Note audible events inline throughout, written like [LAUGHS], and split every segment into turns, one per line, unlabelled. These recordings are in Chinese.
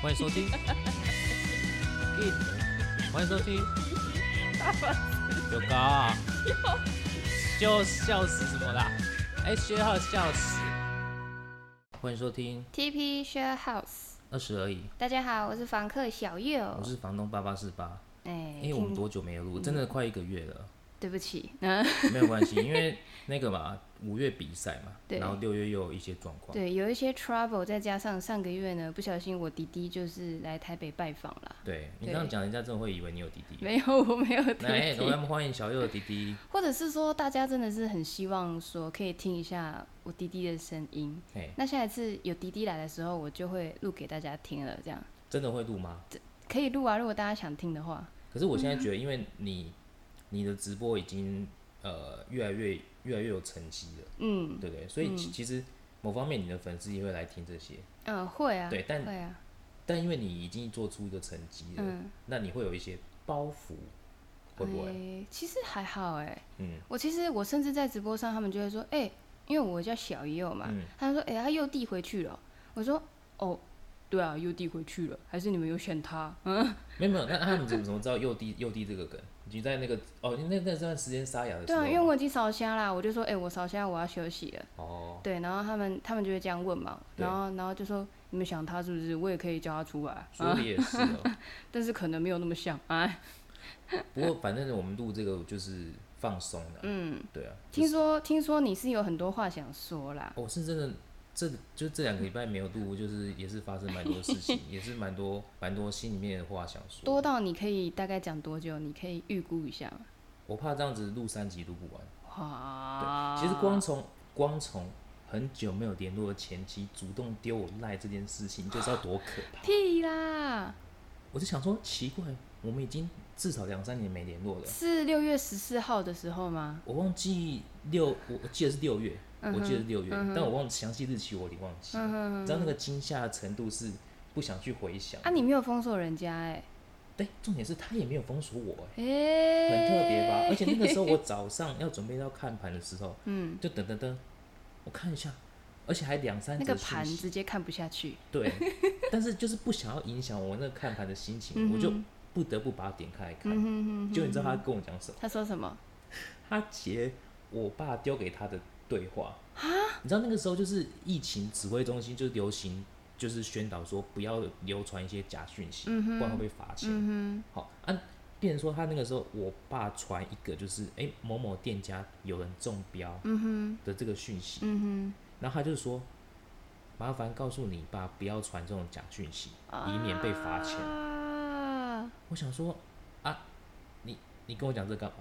欢迎收听。欢迎收 [LAUGHS] 听。有高啊！就笑死什么啦？哎，薛浩笑死。欢迎收听
TP Share House，
二十而已，
大家好，我是房客小
我
右。
是房东八八四八。
哎
因为我们
听
多久没有录？真的快一个月了，
对不起， [LAUGHS] 嗯，
没有关系，因为那个嘛，五月比赛嘛，
对
然后六月又有一些状况。
对，有一些 trouble，再加上上个月呢，不小心我弟弟就是来台北拜访啦。
对你
对
这样讲，人家真的会以为你有弟弟。
[LAUGHS] 没有，我没有弟
来，同学
弟，
们欢迎小右的弟弟。
或者是说大家真的是很希望说可以听一下我弟弟的声音。
嘿，
那下一次有弟弟来的时候，我就会录给大家听了，这样
真的会录吗？
可以录啊。如果大家想听的话，
可是我现在觉得，因为你你的直播已经呃越来越越来越有成绩了，
嗯
对不对？所以其其实某方面你的粉丝也会来听这些，
嗯，会啊，
对但
会啊，
但因为你已经做出一个成绩了，
嗯，
那你会有一些包袱，会不会？
哎其实还好哎、
嗯，
我其实我甚至在直播上，他们就会说，哎、因为我叫小佑嘛，
嗯
他就说，哎、他又弟回去了。我说，哦，对啊，又弟回去了，还是你们有选他？嗯，
没有没有，那他们怎么怎么知道幼弟幼弟这个梗？你在那个哦，那那段时间沙哑的时
对
候
啊，
吗，
因为我已经烧虾啦，我就说，哎、我烧虾，我要休息了。
哦，
对，然后他们他们就会这样问嘛，
对
然后然后就说，你们想他是不是？我也可以叫他出来
说
啊，
的也是哦。
但是可能没有那么像
[LAUGHS]
啊。
不过反正我们录这个就是放松的，
嗯，
对啊。就是
听说听说你是有很多话想说啦，
我、哦是真的，这就这两个礼拜没有录，就是也是发生蛮多事
[LAUGHS]
情，也是蛮多蛮多心里面的话想说。
多到你可以大概讲多久？你可以预估一下吗。
我怕这样子录三集录不完。
哇，
其实光从光从很久没有联络的前妻主动丢我赖这件事情，你就知道多可怕。
屁啦！
我就想说，奇怪，我们已经至少两三年没联络了。
是六月十四号的时候吗？
我忘记六，我我记得是六月，
嗯
我
哼
记得是六月，但我忘详细日期，我有点忘记了。
嗯哼
你知道那个惊吓的程度是不想去回想。
啊，你没有封锁人家哎、
对，重点是他也没有封锁我、欸，
欸，
很特别吧？而且那个时候我早上要准备要看盘的时候，
[LAUGHS] 嗯，
就噔噔噔，我看一下，而且还两三
那个
则讯
盘
息，
直接看不下去，
对，但是就是不想要影响我那个看盘的心
嗯
情，我就不得不把它点开来看。就你知道他跟我讲什么？
他说什么？
他截我爸丢给他的对话你知道那个时候就是疫情指挥中心就流行。就是宣导说不要流传一些假讯息，不然会被罚钱。
嗯
好啊，变成说他那个时候，我爸传一个就是哎、诶某某店家有人中标
哼，嗯哼，
的这个讯息，
嗯
然后他就说，麻烦告诉你爸不要传这种假讯息，
哼，
以免被罚钱。
啊！
我想说啊，你你跟我讲这干嘛？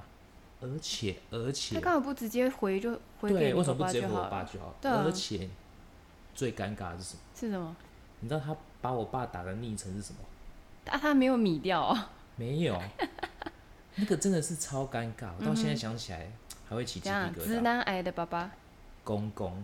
而且而且
他，干嘛不直接回就回给
对，
你
为什
爸
么不
爸
直接
就
回
好
我爸
了？
就好？
对啊
而且最尴尬的是什么？
是什么？
你知道他把我爸打的昵称是什么？
啊，他没有米掉哦，
没
[LAUGHS]
有，那个真的是超尴尬，我到现在想起来还会起鸡皮
这嗯样啊
疙瘩
直。男癌的爸爸
公公，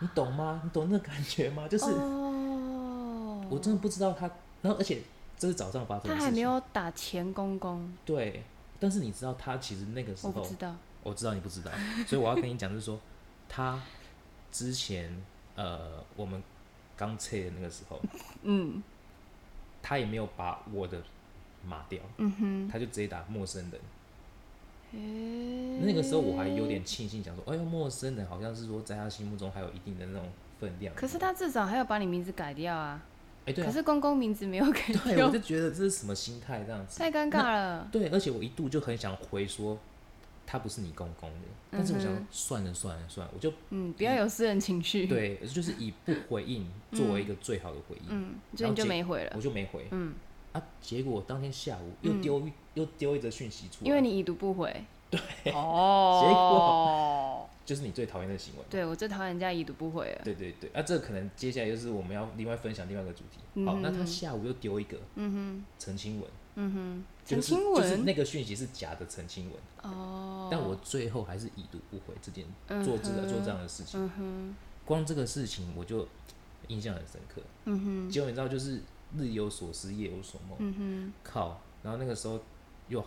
你懂吗？你懂那感觉吗？就是
哦，
我真的不知道他，然后而且这是早上发生
他
的事
还
情，
没有打前公公，
对。但是你知道他其实那个时
我
候，
不知道，
我知道你不知道，所以我要跟你讲，就是说他之前呃，我们刚测的那个时
[LAUGHS]
候，
嗯
他也没有把我的码掉，
嗯哼。
他就直接打陌生人。
那
那个时候我还有，点庆幸，想说，哎呦，陌生人好像是说在他心目中还有一定的那种分量。
可是，他至少还要把你名字改掉啊。
哎、对、啊，
可是公公名字没有改
[LAUGHS] 对，我
掉，
就觉得这是什么心态这样子？
[LAUGHS] 太尴尬了。
对，而且我一度就很想回说，他不是你公公的，但是我想
嗯
说算了算了算了，我就
嗯，不要有私人情绪。，
对，就是以不回应作为一个最好的回应，
嗯，所以你就没回了。
我就没回。
嗯，
啊，结果当天下午又丢、一又丢一则讯息出来，
因为你已读不回。对。
[LAUGHS]
哦。
就是你最讨厌的行为。
对，我最讨厌人家已读不回了。
对对对，啊，这可能接下来就是我们要另外分享另外一个主题。好，那他下午又丢一个
嗯
澄清文，
哼，
就
陈
是
清
就是
文。
那个讯息是假的澄清文，
哦。
但我最后还是已读不回这件做这个做这样的事情。
嗯哼，
光这个事情我就印象很深刻。
嗯哼，
结果你知道，就是日有所思，夜有所梦。
嗯哼。
靠！然后那个时候又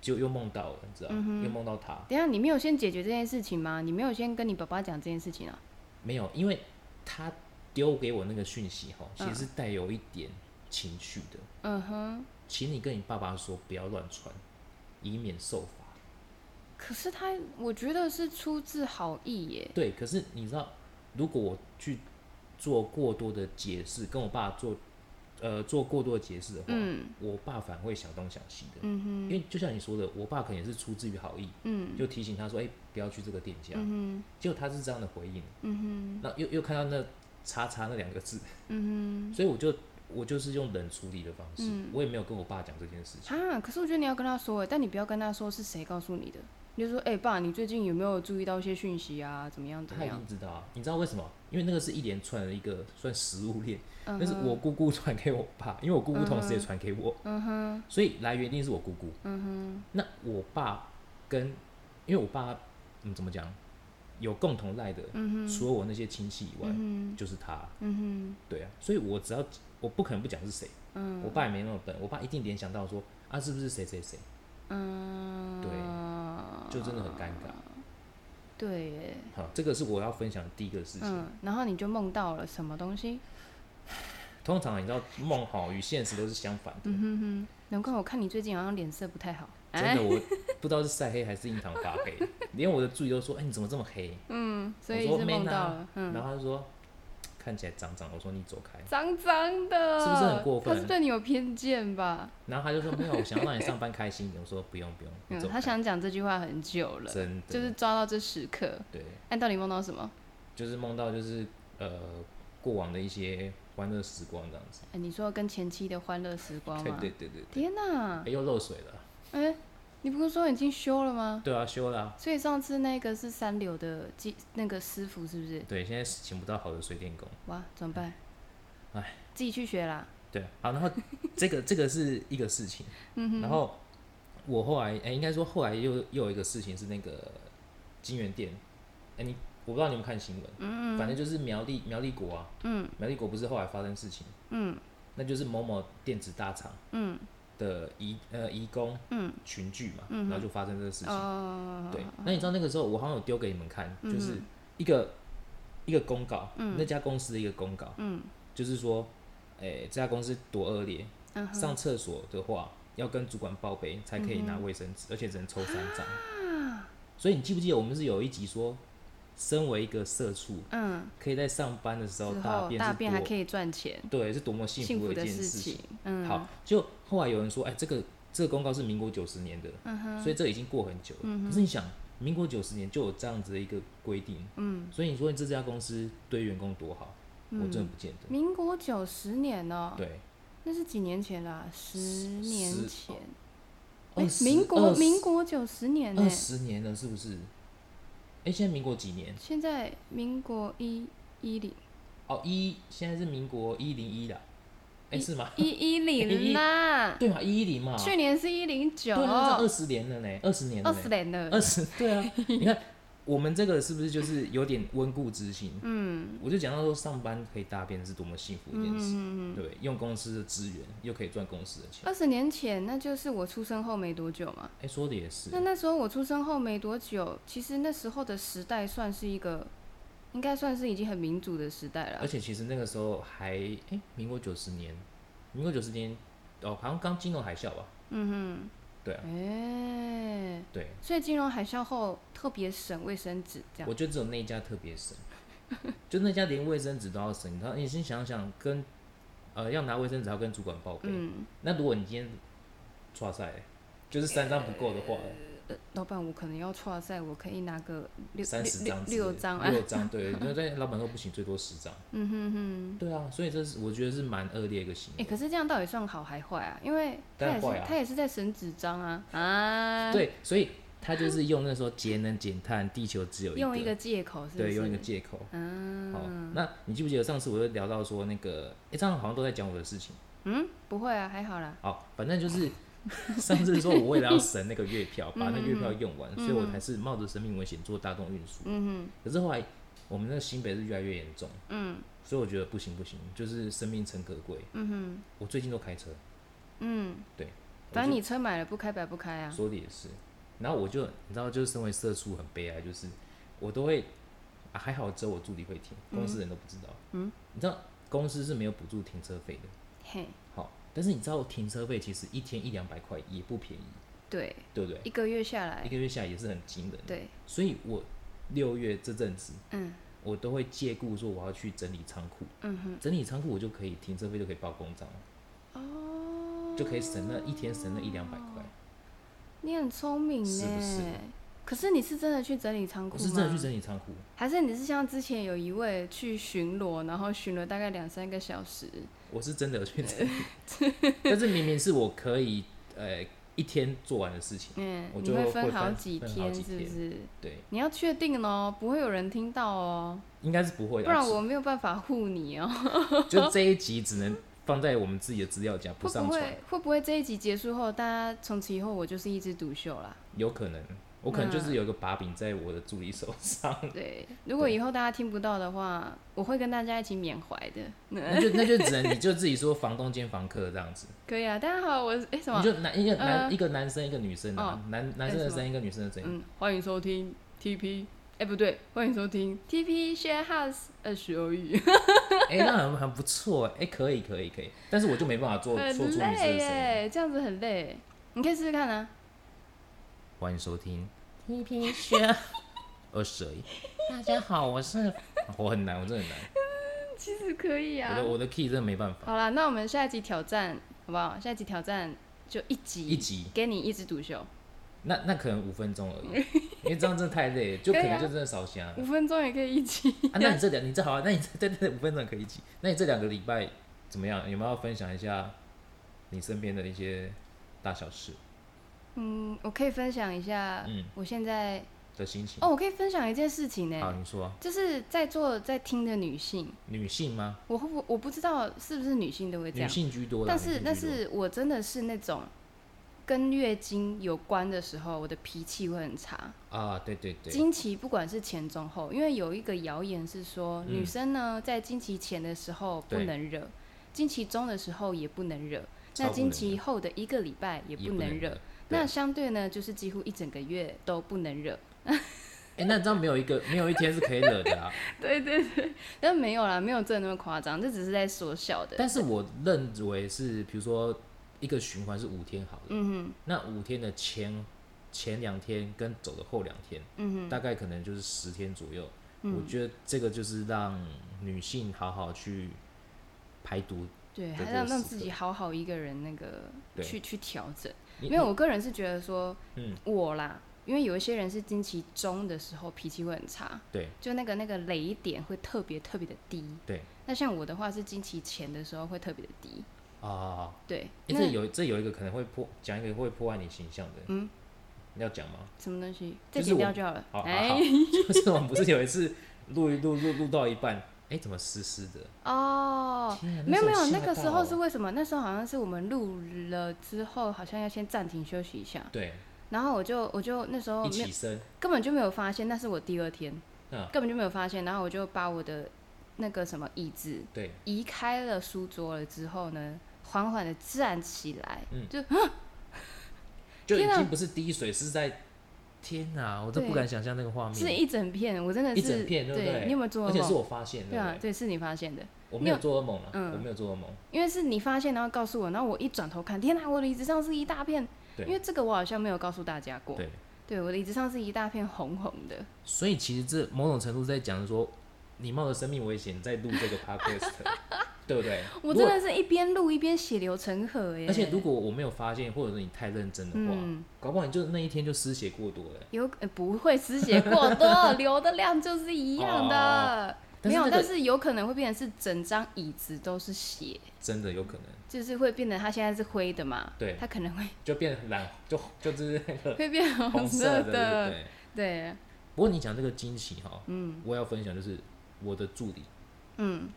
就又梦到了，你知道，
嗯
又梦到他。
等一下，你没有先解决这件事情吗？你没有先跟你爸爸讲这件事情啊？
没有，因为他丢给我那个讯息哈，其实是带有一点情绪的，
嗯哼。
请你跟你爸爸说不要乱穿，以免受罚。
可是他，我觉得是出自好意耶。
对，可是你知道，如果我去做过多的解释，跟我爸做呃做过多的解释的话，
嗯
我爸反而会想东想西的。
嗯哼
因为就像你说的，我爸可能也是出自于好意，
嗯
就提醒他说：“哎、不要去这个店家。
嗯
结果他是这样的回应，
哼嗯
那又又看到那“叉叉”那两个字，
哼嗯
所以我就我就是用冷处理的方式，
嗯
我也没有跟我爸讲这件事情。
哼。啊，可是我觉得你要跟他说耶，但你不要跟他说是谁告诉你的，你就说，哎、爸，你最近有没有注意到一些讯息啊？怎么样怎
他
么
一
样
定？知道啊，你知道为什么？因为那个是一连串的一个算食物链，
嗯
那是
哼
我姑姑传给我爸，因为我姑姑同时也
嗯哼
传给我，
嗯哼
所以来源一定是我姑姑。
嗯哼
那我爸跟因为我爸嗯怎么讲，有共同赖的，
嗯哼
除了我那些亲戚以外，
嗯哼
就是他。
嗯
对啊，所以我只要我不可能不讲是谁，
哼嗯
我爸也没那么笨，我爸一定联想到说啊是不是谁谁谁，
嗯对
就真的很尴尬。
对耶，
好，这个是我要分享的第一个事情。
嗯，然后你就梦到了什么东西？
通常你知道梦好与现实都是相反的，
嗯哼哎哼，难怪我看你最近好像脸色不太好。
真的我不知道是晒黑还是印堂发
[LAUGHS]
黑，连我的助理都说哎、你怎么这么黑，
嗯，所以
我说啊
是
没
梦
呢
到了，
然
嗯，
后他就说看起来脏脏，我说你走开，
脏脏
[LAUGHS]
的，
是不是很过
他是
分
对你有偏见吧？
然后他就说没有，我想要让你上班开心一点，我说不用不用，你
嗯
走，开，
他想讲这句话很久了，
真的
就是抓到这时刻。
对，
按到底梦到什么？
就是梦到就是呃过往的一些欢乐时光这样子，
哎，你说跟前妻的欢乐时光
对
吗？
对对对对，
天哪
哎、，又漏水了，
哎，你不是说已经休了吗？
对啊修了啊、
所以上次那个是三流的技那个师傅是不是？
对，现在请不到好的水电工。
哇，怎么办？
唉，
自己去学啦。
对，好，然后这个这个是一个事情，
嗯
然后我后来，哎、应该说后来又又有一个事情是那个金源店，哎、你我不知道你们看新闻，嗯反正就是苗栗苗栗国啊，
嗯，
苗栗国不是后来发生事情，
嗯，
那就是某某电子大厂，
嗯，
的移呃移工，
嗯，
群聚嘛，然后就发生这个事情，
哦，嗯
对，那你知道那个时候我好像有丢给你们看，就是一个、一个公告，那家公司的一个公告，
嗯
就是说，诶、这家公司多恶劣，
嗯哼
上厕所的话要跟主管报备才可以
嗯
拿卫生纸，而且只能抽三张。
啊
所以你记不记得我们是有一集说，身为一个社畜，
嗯，
可以在上班的时候
之
大
后
便
大
是
便还
多
可以赚钱，
对，是多么幸
幸
福
福
的一
的
件
事
事情
情。。嗯，
好，，就后来有人说，哎、这个这个公告是民国九十年的，
嗯哼，嗯
所以这已经过很久了。可是你想，民国九十年就有这样子的一个规定，
嗯，
所以你说这家公司对员工多好，我真的不见得。
民国九十年哦，
对，
那是几年前啦，十年前。哎
二，哦十
民国
二十
民国九十年呢
二？十年了，是不是？哎、现在民国几年？
现在民国一
[LAUGHS]
一零
哦，一现在是民国一零一啦。哎、是吗？
一一零啦，
对嘛，一一零嘛。
去年是一零九，
啊对啊，这
二
二十年了呢，二十年了
哦十
呢，
年了。
二十对
[LAUGHS]
啊。你看我们这个是不是就是有点温故知新？
嗯
我就讲到说，上班可以大便是多么幸福一件事，
嗯。呃
对不对？用公司的资源又可以赚公司的钱。
二十年前，那就是我出生后没多久嘛。
哎、说的也是
那，那时候我出生后没多久，其实那时候的时代算是一个，应该算是已经很民主的时代
而
了。
且其实那个时候还哎、民国九十年，民国九十年哦，好像刚金融海啸吧？
嗯
对啊
哼，，哎、
对，
所以金融海啸后特别省卫生纸，这样
我觉得只有那一家特别省， [LAUGHS] 就那家连卫生纸都要省。你知道，你先想想跟，呃要拿卫生纸要跟主管报备。
嗯，
那如果你今天错赛，就是三张不够的
呃
话，
老板我可能要错在，我可以拿个六
三十
六
张之类的、
六张啊，
六张对，那在老板说不行，最多十张。
[LAUGHS] 嗯哼哼。
对啊，所以这是我觉得是蛮恶劣一个行
哎、
为。
可是这样到底算好还坏啊？因为他
当
也
然
是、
坏啊
他也是在省纸张啊啊，，
对，所以他就是用那时候节能减碳，地球只有
哦用一个借口是不是？
对，用一个借口。
嗯，
好，那你记不记得上次我就聊到说那个，哎、这样好像都在讲我的事情。
嗯，不会啊，还好啦。
好，反正就是
[LAUGHS]
上次说，我为了要省那个月票，把那月票用完，所以我才是冒着生命危险做大众运输。
嗯
可是后来我们那个新北是越来越严重，
哼，嗯
所以我觉得不行不行，就是生命诚可贵。
嗯哼，
我最近都开车，
嗯，
对，我
反正
就
你车买了不开白不开啊。
说的也是。然后我就你知道，就是身为社畜很悲哀，就是我都会啊还好只有我助理会听，公司人都不知道。嗯，你知道公司是没有补助停车费的。
嘿，
好，但是你知道停车费其实一天一两百块也不便宜，
对，
对不对？
一个月下来
一，个月下来也是很惊人。，
对，
所以我六月这阵子
嗯
我都会借故说我要去整理仓库，
嗯哼，
整理仓库我就可以停车费就可以报公账了，
哦，
就可以省那一天省那一两百块。
你很聪明呢，
是不是
可是你是真的去整理仓库
我
吗？
是真的去整理仓库，
还是你是像之前有一位去巡逻，然后巡了大概两三个小时？
我是真的有去整理，
[LAUGHS]
但是明明是我可以呃一天做完的事情，
嗯，
我
你
就会
分好
分
几
分好
天
几
是不
天
是？
对，
你要确定哦，不会有人听到哦，
应啊该是不会
不
的，
然我没有办法护你哦。
就这一集只能放在我们自己的资料夹 [LAUGHS] 不
会
上
不
传
会，会不会这一集结束后，大家从此以后我就是一枝独秀
[LAUGHS]
啦？
有可能我可能就
那
是有一个把柄在我的助理手上，
[LAUGHS] 对，如果以后大家听不到的话，我会跟大家一起缅怀的。嗯
那就那就只能你就自己说房东兼房客这样子，
可以啊，大家好，我哎、什么
你？就男一个男、
呃
一个男生一个女生啊，男男生
哎
的
什么
声音跟女生的声音，
嗯，欢迎收听 TP，哎、不对，欢迎收听 TP Share House 二十而已，
哎、那很很不错，哎、可以可以可以，但是我就没办法做
很
说出女生
累
的声音。
耶，这样子很累，你可以试试看啊。
欢迎收
[LAUGHS]
听
TP 学，
[LAUGHS] 二十而已，
大家好，我是
我很难，我真的很难，
其实可以
我
啊
的。我的 key 真的没办法，
好啦，那我们下一集挑战好不好？下一集挑战就一集，
一集
给你一枝独秀，
那那可能五分钟而已，因为这样真的太累了，就可
可以
能
啊
就真的烧香了。
[LAUGHS] 五分钟也可以一集。 [LAUGHS]
啊，那你这两你这好啊，那你这这这五分钟可以一起。那你这两个礼拜怎么样？有没有要分享一下你身边的一些大小事
嗯，我可以分享一下
嗯，
我现在、
的心情？
哦，我可以分享一件事情呢、
好，你说啊
就是在座在听的女性，
女性吗？
我会不我不知道是不是女性都会这
女
样，
性居多啦，
但是
女性
但
居多
是我真的是那种跟月经有关的时候，我的脾气会很差。
啊，对对对，
经期不管是前中后，因为有一个谣言是说、
嗯
女生呢在经期前的时候不
对
能惹，经期中的时候也不能惹，
超
那
不
经
能
期
惹
后的一个礼拜也
也
不能惹
惹。。对
那相对呢，就是几乎一整个月都不能惹。
哎，那这样没有一个没有一天是可以惹的啊。 [LAUGHS]
对 [LAUGHS] 对对，但没有啦，没有真的那么夸张，这只是在说笑的。
但是我认为是，比如说一个循环是五天好了，
嗯哼，
那五天的前前两天跟走的后两天，
嗯
大概可能就是十天左右。我觉得这个就是让女性好好去排毒。
对，
对
还
这
让
个
让
时
自
刻
己好好一个人那个
对
去去调整。
你
没有，，我个人是觉得说，
嗯
我啦，因为有一些人是经期中的时候脾气会很差，
对
就那个那个雷点会特别特别的低。
对
那像我的话是经期前的时候会特别的低。
你啊，
对，
诶
那
这有这有一个可能会破讲一个会破坏你形象的，
嗯，
要讲吗？
什么东西再
就是
剪掉
我哦
就好了。
好好
哎
好， [LAUGHS] 就是我们不是有一次录一录录录到一半，哎，怎么湿湿的？
哦，
天啊
没有没有，
时
那
候
个
吓
时
到
候是
我
为什么？那时候好像是我们录了之后，好像要先暂停休息一下，
对
然后我就我就那时候
一
哦没有
起身，
根本就没有发现，那是我第二天，
嗯
根本就没有发现，然后我就把我的那个什么椅子
对，
移开了书桌了之后呢，缓缓的站起来，
嗯
就
就已
天啊
经不是滴水，是在天哪，我都不
对
敢想象那个画
是
面，
一整片，我真的
一
是
整片，对不
对，你有没有做
而
噩
且是
梦？
我发现
对啊
的，，欸
对，是你发现的，
我
你
没有
有
做噩梦了，
嗯
我没有做噩梦，
因为是你发现，然后告诉我，然后我一转头看，天哪，我的椅子上是一大片，
对
因为这个我好像没有告诉大家过，
对。
对，我的椅子上是一大片红红的，
所以其实这某种程度在讲说，你冒着生命危险在录这个 podcast，对不 [LAUGHS]
[LAUGHS]
对？
我
如
真
果
的是一边录一边血流成河耶，
而且如果我没有发现，或者是你太认真的话，
嗯
搞不好你就那一天就失血过多了。
有、呃不会失血过多，流的量就是一样的。
但是
没有，
那个
但是有可能会变成是整张椅子都是血，
真的有可能
就是会变得它现在是灰的嘛，
对
它可
[LAUGHS]
能会
就变蓝，就就是那个
会变
红
色
色的，对不对？
对，
不过你讲这个惊喜哈，嗯，我要分享就是我的助理，
嗯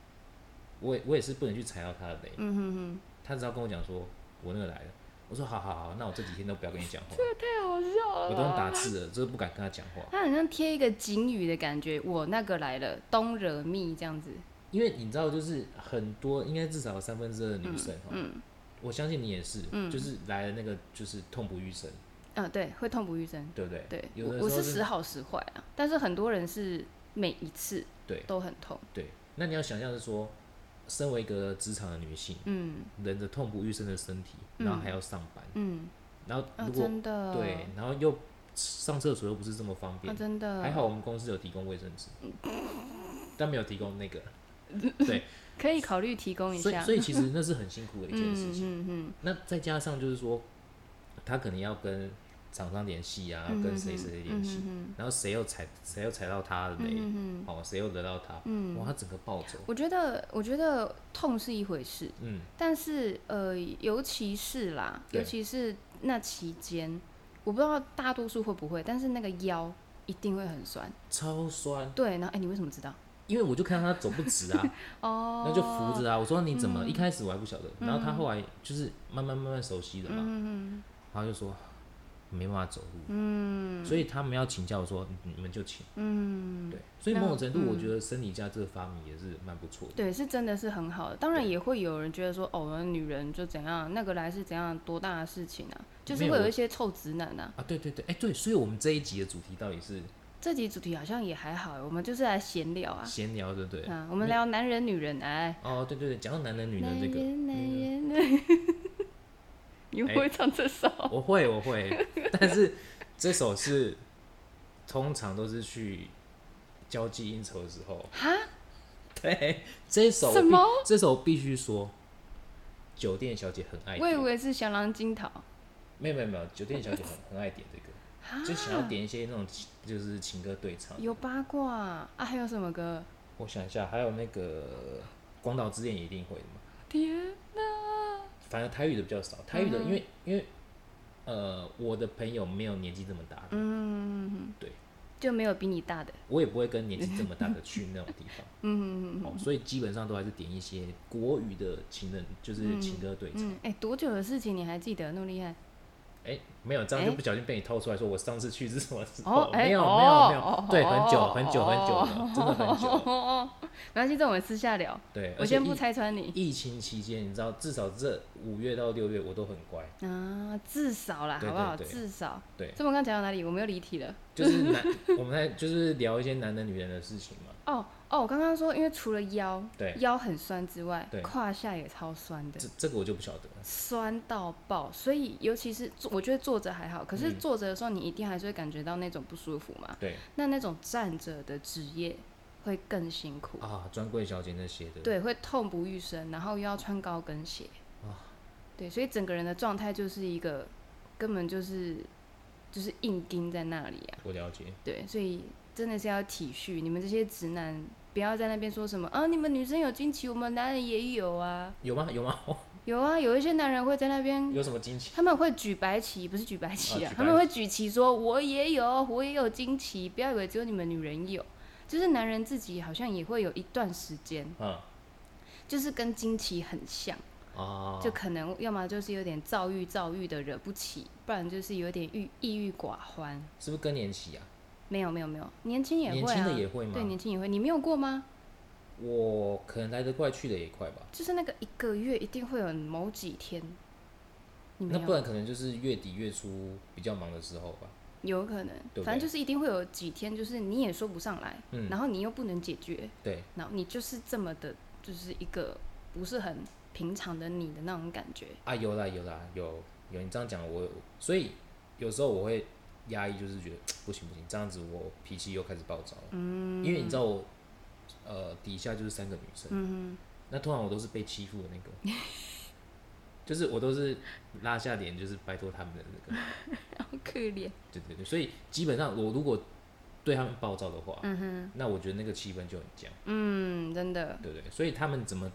我也我也是不能去踩到他的雷，
嗯哼哼，
他只要跟我讲说我那个来了，我说好好好，那我这几天都不要跟你
[LAUGHS]
讲话，
太好笑
我
了
都用打
啦。
字了，就是不敢跟他讲话。
它好像贴一个警语的感觉，我那个来了，东惹蜜这样子，
因为你知道，就是很多应该至少有三分之二的女生哈、
嗯
我相信你也是，就是来了那个就是痛不欲生，
嗯、对，会痛不欲生，
对不对？
对
有
我
的
我
时候
是
是
时好时坏啊，但是很多人是每一次
对
都很痛。
对，那你要想象是说，身为一个职场的女性，
嗯
忍着痛不欲生的身体，然后还要上班，
嗯，
然后
啊
如果、
真的，
对，然后又上厕所又不是这么方便
啊，真的，
还好我们公司有提供卫生
[LAUGHS]
纸，但没有提供那个。对，
可以考虑提供一
所以
下。
所
[LAUGHS]
以其实那是很辛苦的一件
嗯
事情。
嗯嗯，
那再加上就是说，他可能要跟厂商联系啊，
嗯
跟谁谁联系，
嗯
然后谁又踩谁又踩到他的
嗯
雷，
嗯嗯
哦，谁又惹到他，
嗯
哇，
嗯，
他整个暴走。
我觉得我觉得痛是一回事，
嗯，
但是呃，尤其是啦，
对
尤其是那期间，我不知道大多数会不会，但是那个腰一定会很酸。
超酸，
对，然后哎、你为什么知道？
因为我就看到他走不直啊，
[LAUGHS] 哦，嗯
那就扶着啊。我说你怎么？一开始我还不晓得，然后他后来就是慢慢慢慢熟悉了嘛，
嗯
他就说没办法走路，
嗯
所以他们要请教我说你你们就请。
嗯，
对，所以某种程度，
那
我觉得生理假这个发明也是蛮不错的。
对，是真的是很好的。当然也会有人觉得说，哦，女人就怎样，那个来是怎样，多大的事情啊？就是
没有
会有
我
一些臭直男啊。
啊，对对对，哎、对，所以我们这一集的主题到底是
这集主题好像也还好，我们就是来闲聊啊，
闲聊，对不对？
啊，我们聊男人、女人，哎，
哦，对对对，讲到男人女
男
人这个，哎
人、男人，男 [LAUGHS] 人你会不会唱这首？
我会我会，但是这首是通常都是去交际应酬的时候。
哈，
[LAUGHS] 对，这首我
什么
必这首我必须说，酒店小姐很爱
我以
点。
为是小狼金桃，
没有没有没有，酒店小姐很很爱点这个，
哈，
就想要点一些那种情就是情歌对唱。
啊有八卦啊，啊还有什么歌？
我想一下，还有那个《广岛之恋》也一定会的嘛。
天哪，
反而台语的比较少，台
嗯
语的因为、因为呃，我的朋友没有年纪这么大的，
嗯，
对
就没有比你大的，
我也不会跟年纪这么大的去那种地方，
[LAUGHS] 嗯嗯
哦，所以基本上都还是点一些国语的情人，就是情歌对唱。
嗯，哎、多久的事情你还记得那么厉害？
哎、没有，这样就
哎
不小心被你透出来说，我上次去是什么时候？
哦，哎、
没有、
哦、
没有没有，
哦
对，很久
哦
很久很久了，真的很久
哦 [LAUGHS]
了。
哦 [LAUGHS] 哦，没关系，这我们私下聊，
对，
我
而且
先不
疫
拆穿你。
疫情期间，你知道，至少这五月到六月我都很
[LAUGHS]
乖，
啊，至少啦，
对
好不好？
对对
至少。
对
这么刚讲到哪里？我们又离题了。
就是男 [LAUGHS] 我们在就是聊一些男人女人的事情嘛，
哦哦，我刚刚说，因为除了腰，
对
腰很酸之外
对，
胯下也超酸的
这，这个我就不晓得了。
酸到爆。所以尤其是坐我觉得坐着还好，可是
嗯
坐着的时候，你一定还是会感觉到那种不舒服嘛。
对，
那那种站着的职业会更辛苦，
啊，专柜小姐那些的，，
对，会痛不欲生，然后又要穿高跟鞋，
啊
对，所以整个人的状态就是一个根本就是就是硬钉在那里啊。
我了解。
对，所以真的是要体恤你们这些直男，不要在那边说什么啊，你们女生有经期，我们男人也有啊，
有吗？有吗？ [LAUGHS]
有啊，有一些男人会在那边，
有什么惊奇？
他们会举白旗，不是举白
啊举
旗啊，
白旗
他们会举旗说我也有，我也有经期，不要以为只有你们女人有。就是男人自己好像也会有一段时间，
嗯
就是跟经期很像，
啊，
就可能要么就是有点躁郁，躁郁的惹不起，不然就是有点郁抑郁寡欢。
是不是更年期啊？
没有没有没有，年轻也
年
会
轻
啊，
的也会吗？
对，年轻也会。你没有过吗？
我可能来得快，去得也快吧。
就是那个一个月一定会有某几天，你没
那不
有？
然可能就是月底月初比较忙的时候吧。
有可能，
对不
反正
对
就是一定会有几天，就是你也说不上来，
嗯
然后你又不能解决，
对，
然后你就是这么的，就是一个不是很平常的你的那种感觉。
啊，有啦有啦有有，你这样讲我，所以有时候我会压抑，就是觉得不行不行，这样子我脾气又开始暴躁了。嗯，因为你知道我，呃，底下就是三个女生，
嗯
那通常我都是被欺负的那个，
[LAUGHS]
就是我都是拉下脸，就是拜托他们的那个。
哼，好可怜。
对对对，所以基本上我如果对他们暴躁的话，
嗯哼，
那我觉得那个气氛就很僵，
嗯，真的，
对不对？所以他们怎么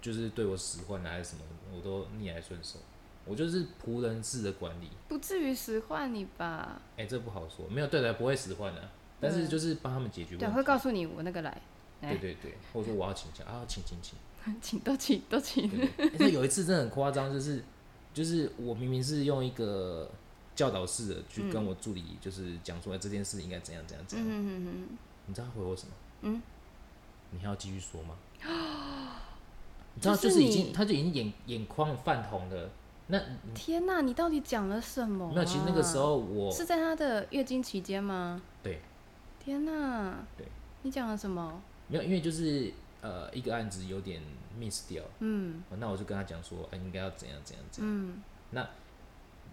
就是对我使唤啊还是什么，我都逆来顺受。我就是仆人式的管理，
不至于使唤你吧？
哎，这不好说，没有对的不会使唤的、啊但是就是帮他们解决
对，
问
会
题。
告诉你我那个来， [LAUGHS]
对
哎，
对对，或者说我要请假啊，请请请。
请都请都请。
对对对，而且有一次真的很夸张，就是就是我明明是用一个教导式的去跟我助理就是讲说、哎这件事应该怎样怎样怎样，
嗯哼
你知道他回我什么？
嗯，
你还要继续说
[GASPS]
吗？你知
就
道，
是
就是已
你哦
经，他就已经眼眼眶泛红了。那
哼，天哪，你到底讲了什么、啊？
没有，其实那个时候我
是在她的月经期间吗？
对
天哪！
对，
你讲了什么？
没有，因为就是呃一个案子有点 miss 掉，
嗯
哦那我就跟他讲说，哎、应该要怎样怎样怎样。
嗯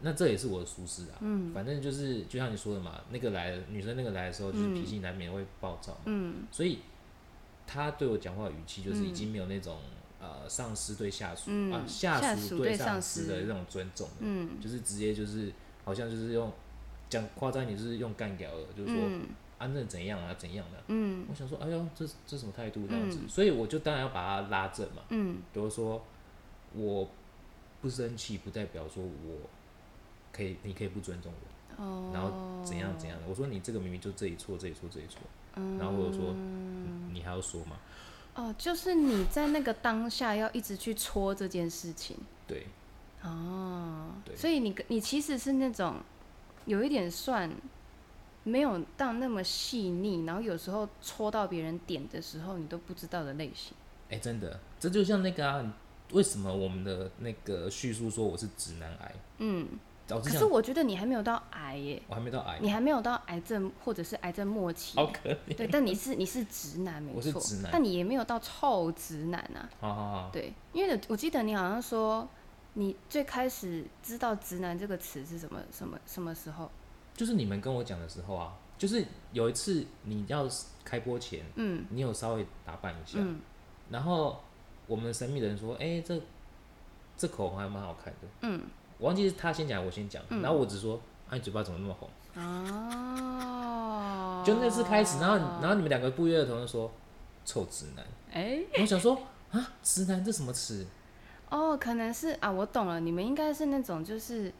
那这也是我的疏失啊。
嗯
反正就是就像你说的嘛，那个来女生那个来的时候，就是
嗯
脾气难免会暴躁嘛，
嗯
所以他对我讲话的语气就是已
嗯
经没有那种、呃上司对下属、
嗯
啊
下
下
属
属
对
对
上
上司
司
的那种尊重了，
嗯
就是直接就是好像就是用讲夸张一点就是用干掉了，就是说、
嗯
啊那怎样啊怎样的、
嗯
我想说，哎呦，这这什么态度这样子？
嗯
所以我就当然要把他拉正嘛。
嗯
比如说，我不生气，不代表说我可以，你可以不尊重我，
哦，
然后怎样怎样的。我说你这个明明就这里错，这里错，这里错，
嗯，
然后我就说嗯你还要说吗？
哦，就是你在那个当下要一直去戳这件事情
对，
哦，
对
所以你你其实是那种有一点算没有到那么细腻，然后有时候戳到别人点的时候，你都不知道的类型。
哎，真的，这就像那个啊，为什么我们的那个叙述说我是直男癌？
嗯，
早
可
之
是
前
我觉得你还没有到癌耶，
我还没到癌，
你还没有到癌症或者是癌症末期。
好可怜。
对，但你是你是直男没
我是
错
直，男哦
但你也没有到臭直男啊。
好好好，
对，因为我记得你好像说，你最开始知道“直男”这个词是什么什么什么时候？
就是你们跟我讲的时候啊，就是有一次你要开播前，
嗯
你有稍微打扮一下，
嗯
然后我们神秘的人说：“哎、这这口红还蛮好看的。
嗯，”
我忘记是他先讲，还是我先讲。
嗯
然后我只说：“啊，你嘴巴怎么那么红
哦？”，
就那次开始，然后然后你们两个不约而同就说：“臭直男
哎、！”
我想说啊，直男这什么词？
哦，可能是啊，我懂了，你们应该是那种就是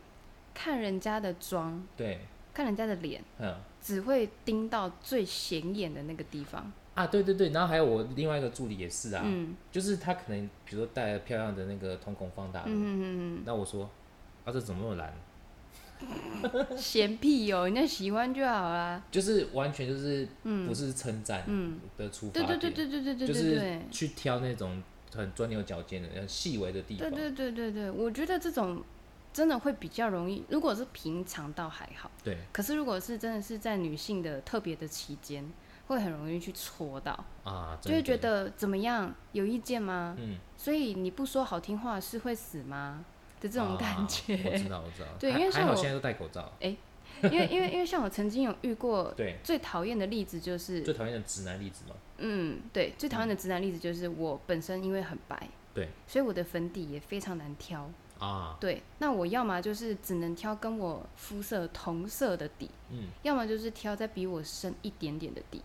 看人家的妆，
对，
看人家的脸，
嗯
只会盯到最显眼的那个地方。
啊，对对对。然后还有我另外一个助理也是啊，
嗯
就是他可能比如说戴了漂亮的那个瞳孔放大
嗯
镜，
嗯嗯
那我说：“啊，这怎么那么蓝
嗯，嫌屁哦，人家喜欢就好啦。？”
就是完全就是不
嗯
是称赞
嗯，
的出发
对
点。
对对对对对对
就
对
是
对。
去挑那种很钻牛角尖的、很细微的地
对
方。
对对对对，我觉得这种真的会比较容易。如果是平常倒还好，
对
可是如果是真的是在女性的特别的期间，会很容易去戳到，
啊，
就
真的
会觉得怎么样有意见吗？
嗯，
所以你不说好听话是会死吗？的这种感
啊我知
觉。
道，我知道。
对
还
因为像
还好
我
现在都戴口罩。
[LAUGHS] 因为因为因为像我曾经有遇过
对，
最讨厌的例子就是
最讨厌的直男例子嘛。
嗯，对，最讨厌的直男例子就是我本身因为很白，
对，
所以我的粉底也非常难挑。
啊，
对，那我要么就是只能挑跟我肤色同色的底，
嗯
要么就是挑再比我深一点点的底。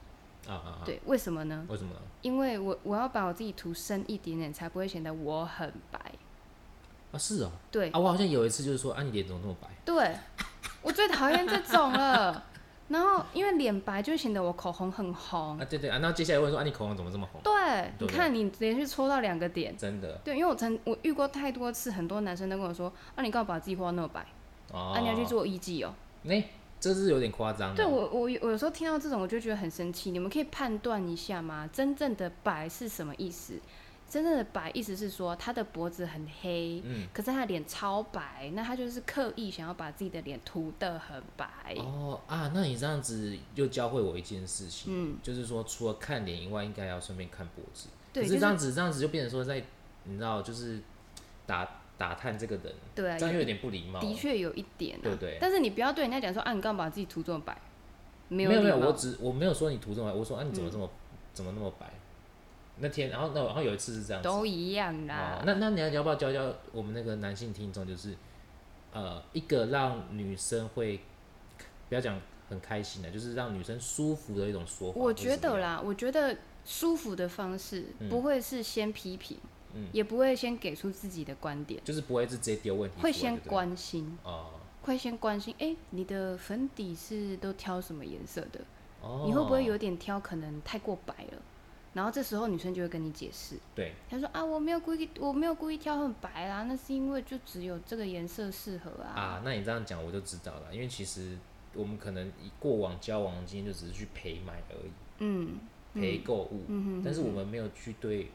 啊啊啊，，
对，为什么呢？
为什么呢？
因为我我要把我自己涂深一点点，才不会显得我很白。
啊，是哦，
对、
啊，我好像有一次就是说，啊，你脸怎么那么白？
对，我最讨厌这种了。然后因为脸白就显得我口红很红
啊，。对对啊，那接下来问说，啊，你口红怎么这么红？
对，你
对
看你连续戳到两个点。
真的
对，因为我曾我遇过太多次，很多男生都跟我说：“啊，你干嘛把自己画那么白？
哦，嗯
啊，你要去做医技哦。”
哎，这是有点夸张啊的。
对我，我有我有时候听到这种，我就觉得很生气。你们可以判断一下吗？真正的白是什么意思？真正的白意思是说他的脖子很黑，
嗯，
可是他的脸超白，那他就是刻意想要把自己的脸涂得很白。
哦啊，那你这样子又教会我一件事情，
嗯，
就是说，除了看脸以外，应该要顺便看脖子。
对，
可
就是
这样子，这样子就变成说在，你知道，就是打打探这个人，
对啊，
这样又有
有
点不礼貌。
的确有一点、啊，
对不对
但是你不要对人家讲说啊，你干嘛把自己涂这么白？没
没
有
有没有，
礼貌嗯
我只我没有说你涂这么白，我说啊你怎么这么、怎么那么白？那天，然后那然后有一次是这样子，
都一样啦
哦。那那你要要不要教教我们那个男性听众，就是呃一个让女生会不要讲很开心的，就是让女生舒服的一种说法。
我
或
觉
是怎么
得
样，
啦，我觉得舒服的方式
嗯
不会是先批评，
嗯
也不会先给出自己的观点，
就是不会是直接丢问题出来，
会先
对不对
关心，
哦
会先关心。哎、你的粉底是都挑什么颜色的？
哦，
你会不会有点挑，可能太过白了？然后这时候女生就会跟你解释，
对
她说啊，我没有故意，我没有故意挑很白啦，那是因为就只有这个颜色适合
啊
啊。？
那你这样讲我就知道了，因为其实我们可能以过往交往的经验就只是去陪买而已，
嗯
陪购物，
嗯哼，
但是我们没有去对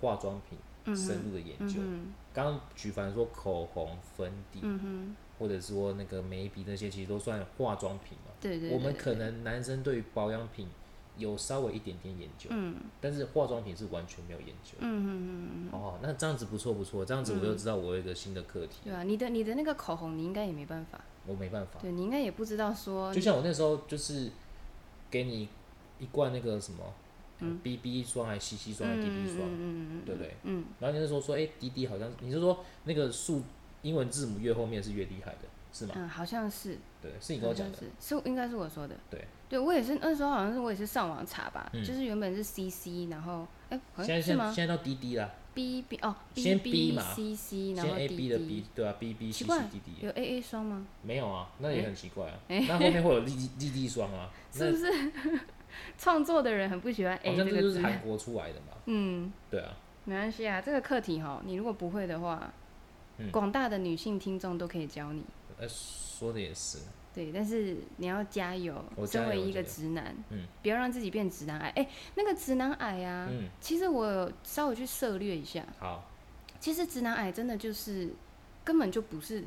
化妆品
嗯
深入的研
嗯
究。
哼
刚刚举凡说口红、粉底，
嗯哼，
或者说那个眉笔那些，其实都算化妆品嘛。
对对对
我们
对
可能男生对于保养品有稍微一点点研究，
嗯
但是化妆品是完全没有研究。
嗯嗯嗯，嗯
哦，那这样子不错不错，这样子我就知道我有一个新的课题
对，啊，你的你的那个口红，你应该也没办法，
我没办法。
对你应该也不知道说
就，像我那时候就是给你一罐那个什么，嗯，BB 霜还是 CC 霜还是 DB 霜，
嗯嗯
对不对？
嗯，
然后你那时候说，哎、滴滴好像你是说那个数英文字母越后面是越厉害的，是吗？
嗯，好像是，
对，是你跟我讲的
好，像是是应该是我说的，
对，
对我也是那时候好像是我也是上网查吧，
嗯
就是原本是 CC，然后哎、好
现在
像是
现
吗
现在到滴滴啦，
？B B 哦
先 B
B
嘛
C C，然
先
后
A
D
B 的
D
B 对啊，B B C
奇怪
C D D
有 A A 霜吗？
没有啊，那也很奇怪啊，那后面会有 D D D 霜
[LAUGHS]
啊，那
是不是？创作的人很不喜欢
好
A 这
像这就
个
是
字，
韩国出来的嘛，
嗯，
对啊，
没关系啊，这个课题哈，你如果不会的话
嗯，
广大的女性听众都可以教你。
呃，说的也是，
对，但是你要加油。
我加
身
油
为一
我加
个
油
直男，
嗯，
不要让自己变直男癌。哎、那个直男癌啊，
嗯，
其实我有稍微去涉略一下，
好，
其实直男癌真的就是根本就不是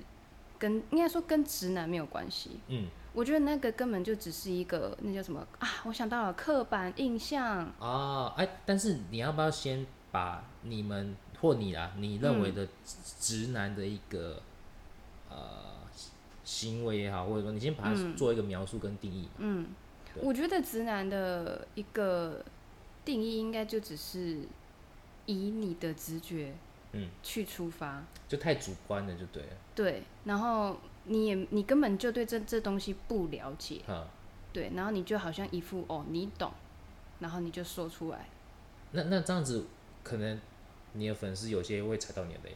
跟应该说跟直男没有关系。
嗯
我觉得那个根本就只是一个那叫什么啊？我想到了刻板印象。
啊，哎，但是你要不要先把你们或你啦，你认为的直男的一个呃行为也好，或者说你先把它做一个描述跟定义嘛，对
我觉得直男的一个定义应该就只是以你的直觉
嗯，
去出发。
就太主观了就对了，
对，然后你也你根本就对这这东西不了解，
哈。
对，然后你就好像一副哦你懂，然后你就说出来，
那那这样子，可能你的粉丝有些会踩到你的雷，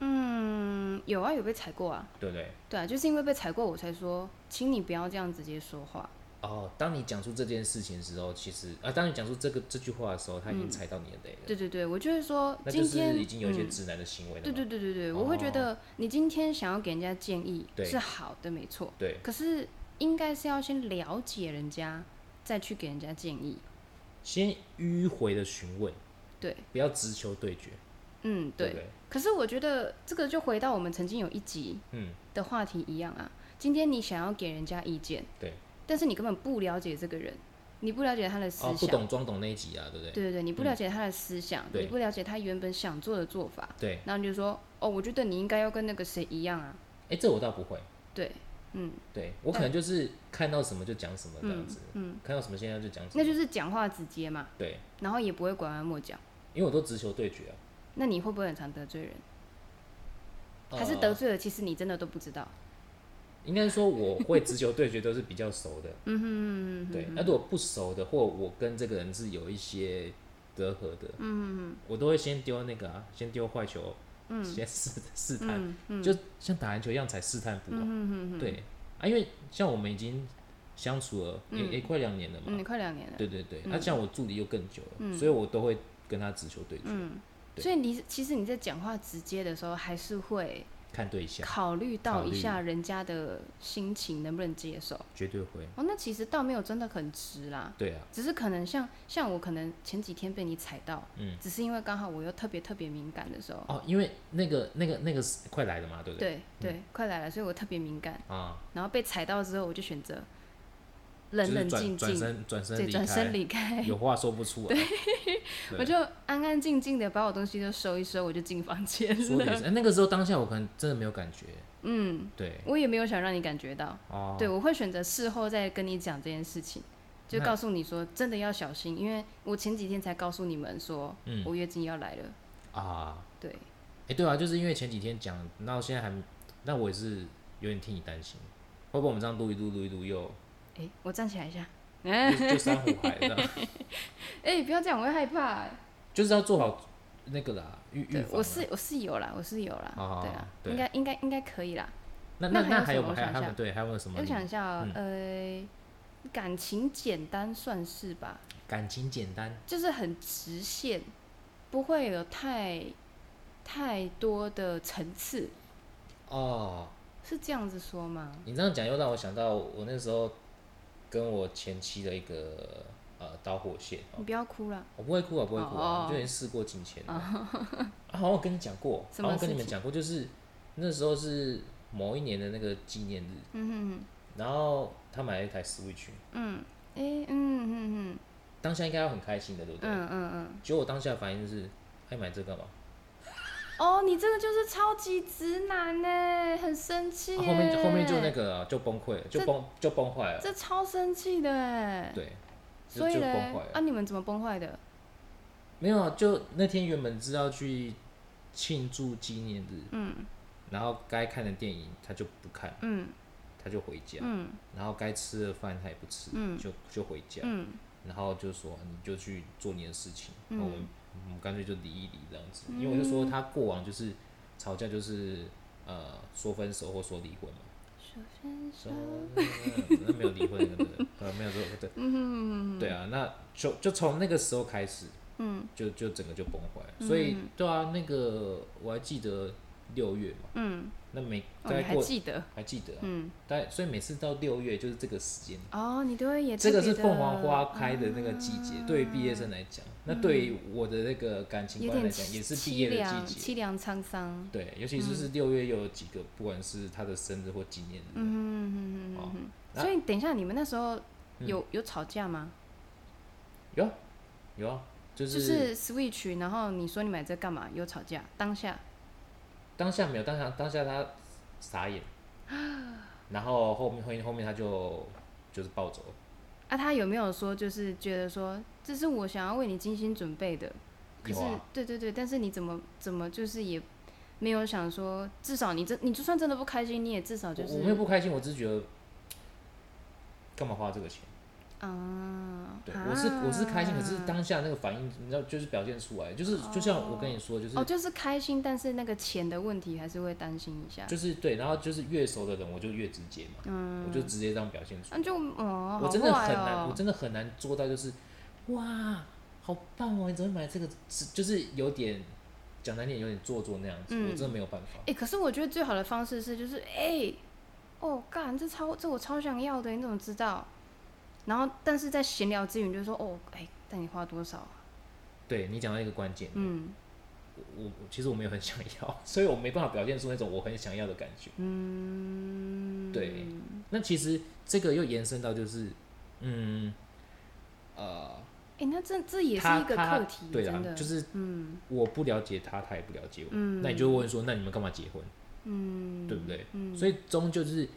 嗯，有啊有被踩过啊，
对不对？
对啊，就是因为被踩过我才说，请你不要这样直接说话，
哦，当你讲出这件事情的时候，其实啊，当你讲出这个这句话的时候，他已经踩到你的雷了。
嗯对对对，我就是说
那
今
就是
天
已经有一些
嗯
直男的行为了嘛、哦
对对对对对，我会觉得你今天想要给人家建议
对
是好的，没错，
对
可是应该是要先了解人家，再去给人家建议。
先迂回的询问，
对，
不要直球对决，
嗯，
对
对。
不对？
可是我觉得这个就回到我们曾经有一集
嗯，
的话题一样啊。今天你想要给人家意见，
对，
但是你根本不了解这个人，你不了解他的思
哦，不
想，
懂装懂那一集啊，对不对？
对对对，你不
嗯
了解他的思想，
对
你不了解他原本想做的做法，
对，
然后你就说，哦，我觉得你应该要跟那个谁一样啊，
哎，这我倒不会，
对，嗯，
对我可能就是看到什么就讲什么这样
嗯
子，
嗯，
看到什么现在就讲什么，
那就是讲话直接嘛，
对，
然后也不会拐弯抹角。
因为我都直球对决啊，
那你会不会很常得罪人？
呃
还是得罪了，其实你真的都不知道。
应该说我会直球对决都是比较熟的，
嗯哼嗯哼嗯哼
对，那如果不熟的，或我跟这个人是有一些隔阂的，嗯，我都会先丢那个啊，先丢坏球，嗯，先试试探，就像打篮球一样才试探不嘛，嗯对啊，因为像我们已经相处了也也、快两年了嘛，
嗯，快两年了，
对对对，那、像我助理又更久了，所以我都会跟他直球对决，对
所以你其实你在讲话直接的时候，还是会
看对象，
考虑到
考虑
一下人家的心情能不能接受。
绝对会，
哦，那其实倒没有真的很直啦，
对啊，
只是可能像像我可能前几天被你踩到，
嗯，
只是因为刚好我又特别特别敏感的时候，
哦，因为那个那个那个是快来了嘛，对不对？
对对，快来了，所以我特别敏感，
啊，
然后被踩到之后，我就选择
就
冷
是
冷
转
静
转
静，
身转身
对，
离
转身
开，
离开，
有话说不出来。对
我就安安静静的把我东西都收一收，我就进房间
说的也
了。
是，哎那个时候当下我可能真的没有感觉，
嗯，
对，
我也没有想让你感觉到，
哦，
对我会选择事后再跟你讲这件事情，就
那
告诉你说真的要小心，因为我前几天才告诉你们说、
嗯
我月经要来了，
啊，
对，
哎、对啊，就是因为前几天讲，那我现在还，那我也是有点替你担心，会不会我们这样录一录录一录
[LAUGHS]
又
哎、我站起来一下，
就就珊瑚海了这样，
哎、不要这样，我会害怕、
就是要做好那个啦，预预
对
防，啦。啊
我是我是有啦，我是有啦，
哦
对啊，
对
应该应该应该可以啦。
那
那
那
还有
还有
什
吗还
么我
有
想
他
一
们嗯
下
对，还有没有什么
我想一下、哦，呃，感情简单算是吧，
感情简单
就是很直线，不会有太太多的层次，
哦？
是这样子说吗？
你这样讲又让我想到我那时候跟我前妻的一个呃导火线哦
你，不要哭了，
我不会哭啊，不会哭啊，
哦哦哦
我就已经事过境迁了。啊， [LAUGHS] 好像跟你讲过，
什
好
么
像跟你
事
们
情
讲过，就是那时候是某一年的那个纪念日，
嗯哼哼。
然后他买了一台 Switch，
哎嗯，诶，嗯嗯嗯，
当下应该要很开心的，对不对？
嗯嗯嗯。
结果我当下的反应就是，哎，买这干嘛？
哦，你这个就是超级直男呢，很生气
啊
耶、
后面后面就那个啊就崩溃了，就
这
崩就崩坏了，
这超生气的哎。
对，就
所以
就崩
嘞
坏了，
啊，你们怎么崩坏的？
没有啊，就那天原本是要去庆祝纪念日，
嗯
然后该看的电影他就不看，
嗯
他就回家，
嗯
然后该吃的饭他也不吃，
嗯
就就回家，
嗯
然后就说你就去做你的事情，
嗯
然后我们我们干脆就离一离这样子，因为我就说他过往就是吵架就是呃说分手或说离婚嘛，说分
嗯
手，那没有离婚的，对不对呃没有说对，嗯，对啊，那就就从那个时候开始，
嗯，
就就整个就崩坏了，所以对啊，那个我还记得六月嘛，
嗯，
那每大
哦，你
概
还
过
记得？
还记得啊，
嗯，
大概所以每次到六月就是这个时间，
哦，你都会也
这个
特
是
别嗯
凤凰
地
花开的那个季节，对于毕业生来讲，那对于我的那个感情
有
观来
点
讲，也是毕
凄
业
凉
的季
凄嗯
节。
凉沧桑。
对，尤其就是六月又有几个，不管是他的生日或纪念日，
嗯嗯嗯
哦
嗯嗯。
那嗯
所以等一下，你们那时候有、有吵架吗？
有啊有啊，就
就是是 Switch，然后你说你买这干嘛？有吵架，当下
当下没有，当下当下他傻
[GASPS]
眼，然后后面后面后面他就就是暴走了，
啊，他有没有说就是觉得说这是我想要为你精心准备的？可
有
是、
啊，
对对对，但是你怎么怎么就是也没有想说，至少你这你就算真的不开心，你也至少就
我
是
我没有不开心，我只是觉得干嘛花这个钱。
啊，
对，
啊
我是我是开心，可是当下那个反应，你知道，就是表现出来，就是就像我跟你说，就是
哦就是开心，但是那个钱的问题还是会担心一下。
就是对，然后就是越熟的人，我就越直接嘛，
嗯，
我就直接这样表现出
那
来。
就哦，
我
好
真的
坏
很
哦
难，我真的很难做到，就是哇，好棒哦，你怎么会买这个？是就是有点讲难听，有点做作那样子，我
嗯
真的没有办法。
哎、可是我觉得最好的方式是，就是哎、哦，干，这超这我超想要的，你怎么知道？然后，但是在闲聊之余，你就说哦，哎、但你花多少啊？
对你讲到一个关键，
嗯
我我其实我没有很想要， [LAUGHS] 所以我没办法表现出那种我很想要的感觉。
嗯，
对，那其实这个又延伸到就是，嗯，呃。
哎、那这这也是
他
一个
他
课题，
对
真
啦
的，，
就是
嗯
我不了解他，他也不了解我，
嗯
那你就问说，那你们干嘛结婚，
嗯，
对不对？
嗯，
所以终究就是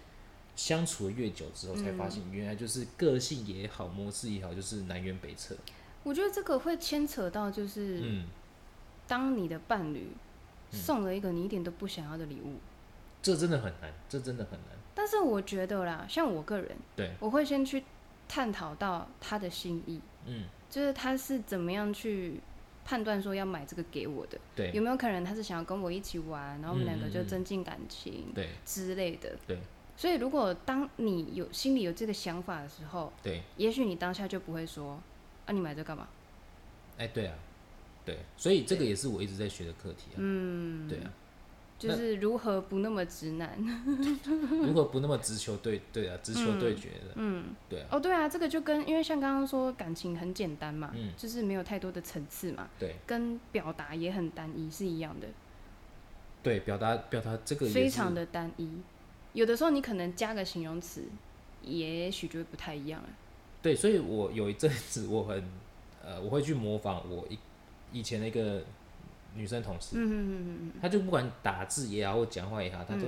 相处的越久之后，才
嗯
发现原来就是个性也好，模式也好，就是南辕北辙。
我觉得这个会牵扯到，就是、
嗯，
当你的伴侣
嗯
送了一个你一点都不想要的礼物，
这真的很难，这真的很难。
但是我觉得啦，像我个人，
对，
我会先去探讨到他的心意，
嗯，
就是他是怎么样去判断说要买这个给我的，有
对，
没有可能他是想要跟我一起玩，然后我们两个
嗯
就
嗯嗯
增进感情
对，
之类的。
对，
所以如果当你有心里有这个想法的时候，
对，
也许你当下就不会说啊，你买这干嘛？
哎，对啊，对，所以这个也是我一直在学的课题啊。
嗯，
对啊，
就是如何不那么直男。
如何不那么直球对对啊，直球对决的，
嗯，
对啊，
[LAUGHS] 哦，对啊，这个就跟因为像刚刚说感情很简单嘛，
嗯
就是没有太多的层次嘛，
对
跟表达也很单一是一样的。
对，表达表达这个也
非
是
常的单一。有的时候你可能加个形容词，也许就会不太一样了。
对，所以我有一阵子我很呃，我会去模仿我以以前的一个女生同事，
嗯嗯嗯
她就不管打字也好或讲话也好，她就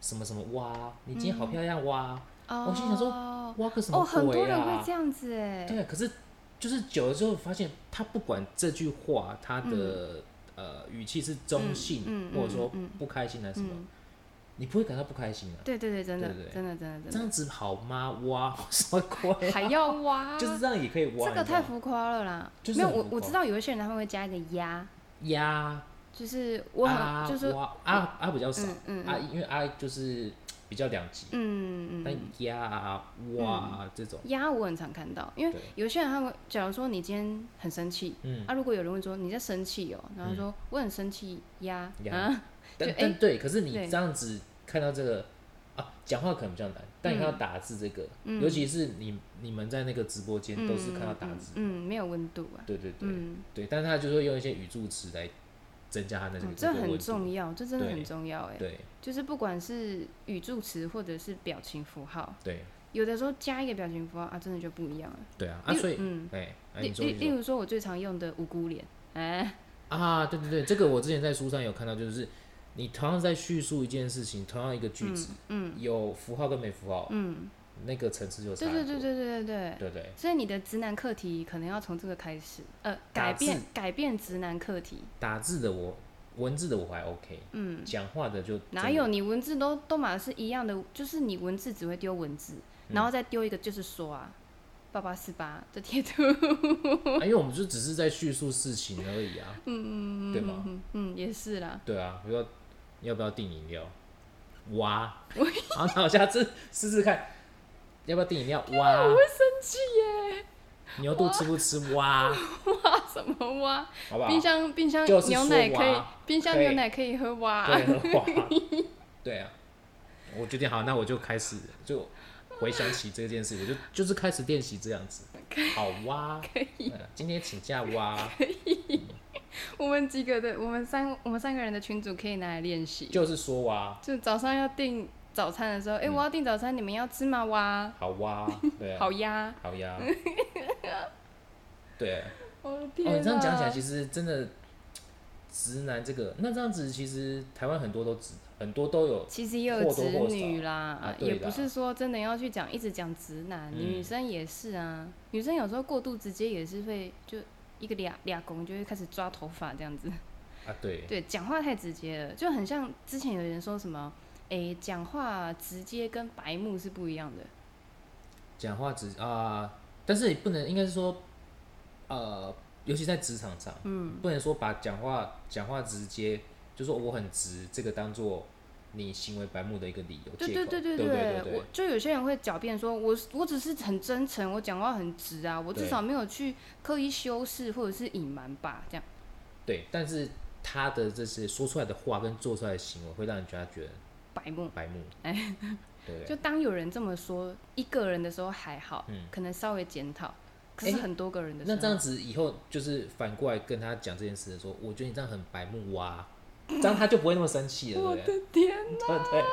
什么什么哇，你今天好漂亮哇，
嗯。
我心想说
哦，
哇个什
哦，
么
很多
鬼
人
啊
会这？样子哎。
对，啊可是就是久了之后发现，她不管这句话她的、呃语气是中性，
嗯嗯嗯
或者说
嗯嗯
不开心还是什么，
嗯，
你不会感到不开心啊？
对对对，真的
对对
真的真的
这
真
样子好吗？哇，什么鬼
的，
啊、
还要挖，
[LAUGHS] 就是这样也可以哇，
这个
你知道
太
吗
浮夸了啦。
就是
没有
很
我
浮
我
夸
知道有一些人他们会加一个呀，
呀。
就是我
啊
很就是
哇啊啊比较少
嗯嗯
啊，因为啊就是比较两极，
嗯嗯
但
嗯
鸭啊哇啊这种，
呀，我很常看到，因为
对
有些人他们假如说你今天很生气，
嗯，
啊，如果有人问说你在生气哦，然后说我很生气呀，
呀
啊，
但
就哎
但对，可是你
对
这样子看到这个啊，讲话可能比较难，但你看到
嗯
打字这个，尤其是你你们在那个直播间都是看到打字，
嗯，没有温度啊，
对对对
嗯，
对，但他就是会用一些语助词来增加他那
哦
个
这
那个温度
很重要，这真的
对
很重要哎，
对
就是不管是语助词或者是表情符号，
对
有的时候加一个表情符号啊，真的就不一样了。
对啊，啊，
例如
所以，
嗯，
哎、哎
例
你说
例
你
例
说
如说，我最常用的无辜脸，哎，
啊，对对对，这个我之前在书上有看到，就是你同样在叙述一件事情，同样一个句子，嗯，有符号跟没符号，嗯，那个层次就差
对对
很
对
多
对对对对。
对对
所以你的直男课题可能要从这个开始，呃，
打
改
字
变改变直男课题。
打字的我，文字的我还 OK，嗯，讲话的就
哪
真的
有你文字都都嘛是一样的，就是你文字只会丢文字，
嗯
然后再丢一个就是说啊，八八四八的贴图， [LAUGHS]
啊因为我们就只是在叙述事情而已啊，嗯，对吗？
嗯嗯也是啦，
对啊，比如说要不要订饮料？哇，好，那 [LAUGHS] 我下次试试看，要不要订饮料？哇，我会生气耶！牛肚吃不吃？哇，
哇什么哇？
好不好？
冰箱冰箱
就是
牛奶
说
可以
哇，
冰箱
可以
牛奶可以喝哇， [LAUGHS]
对，哇，对啊，我决定好，那我就开始就回想起这件事，我就就是开始练习这样子，好哇，可以，今天请假哇，
我们几个的我们三我们三个人的群组可以拿来练习，
就是说哇，
就早上要订早餐的时候，哎、我要订早餐，你们要吃吗？哇，
好哇，对啊，
[LAUGHS] 好呀，
好呀，对啊。
我的天、
哦，你这样讲起来，
实
其实真的，直男这个，那这样子其实台湾很多都直，很多都有，
其实也有
或多
直
或少
女啦，
啊对
也
啦
不是说真的要去讲一直讲直男，
嗯
女生也是啊，女生有时候过度直接也是会就一个俩俩拱就会开始抓头发这样子，
啊，对，
对，讲话太直接了，就很像之前有人说什么，哎、讲话直接跟白目是不一样的，
讲话直啊、但是也不能，应该是说，呃，尤其在职场上，嗯，不能说把讲话讲话直接，就说我很直，这个当做你行为白目的一个理由，
对
借
对
口
对
对
对，
对
我就有些人会狡辩说，我我只是很真诚，我讲话很直啊，我至
对
少没有去刻意修饰或者是隐瞒吧，这样。
对，但是他的这些说出来的话跟做出来的行为，会让人家觉得
白目，
白
[LAUGHS]
目，对不
哎就
对？
当有人这么说一个人的时候还好，
嗯
可能稍微检讨。可是啊
诶
很多个人的时候，
那这样子以后就是反过来跟他讲这件事的时候，我觉得你这样很白目哇，这样他就不会那么生气了，
我
对不对？
哦的天，
对 [LAUGHS] 对，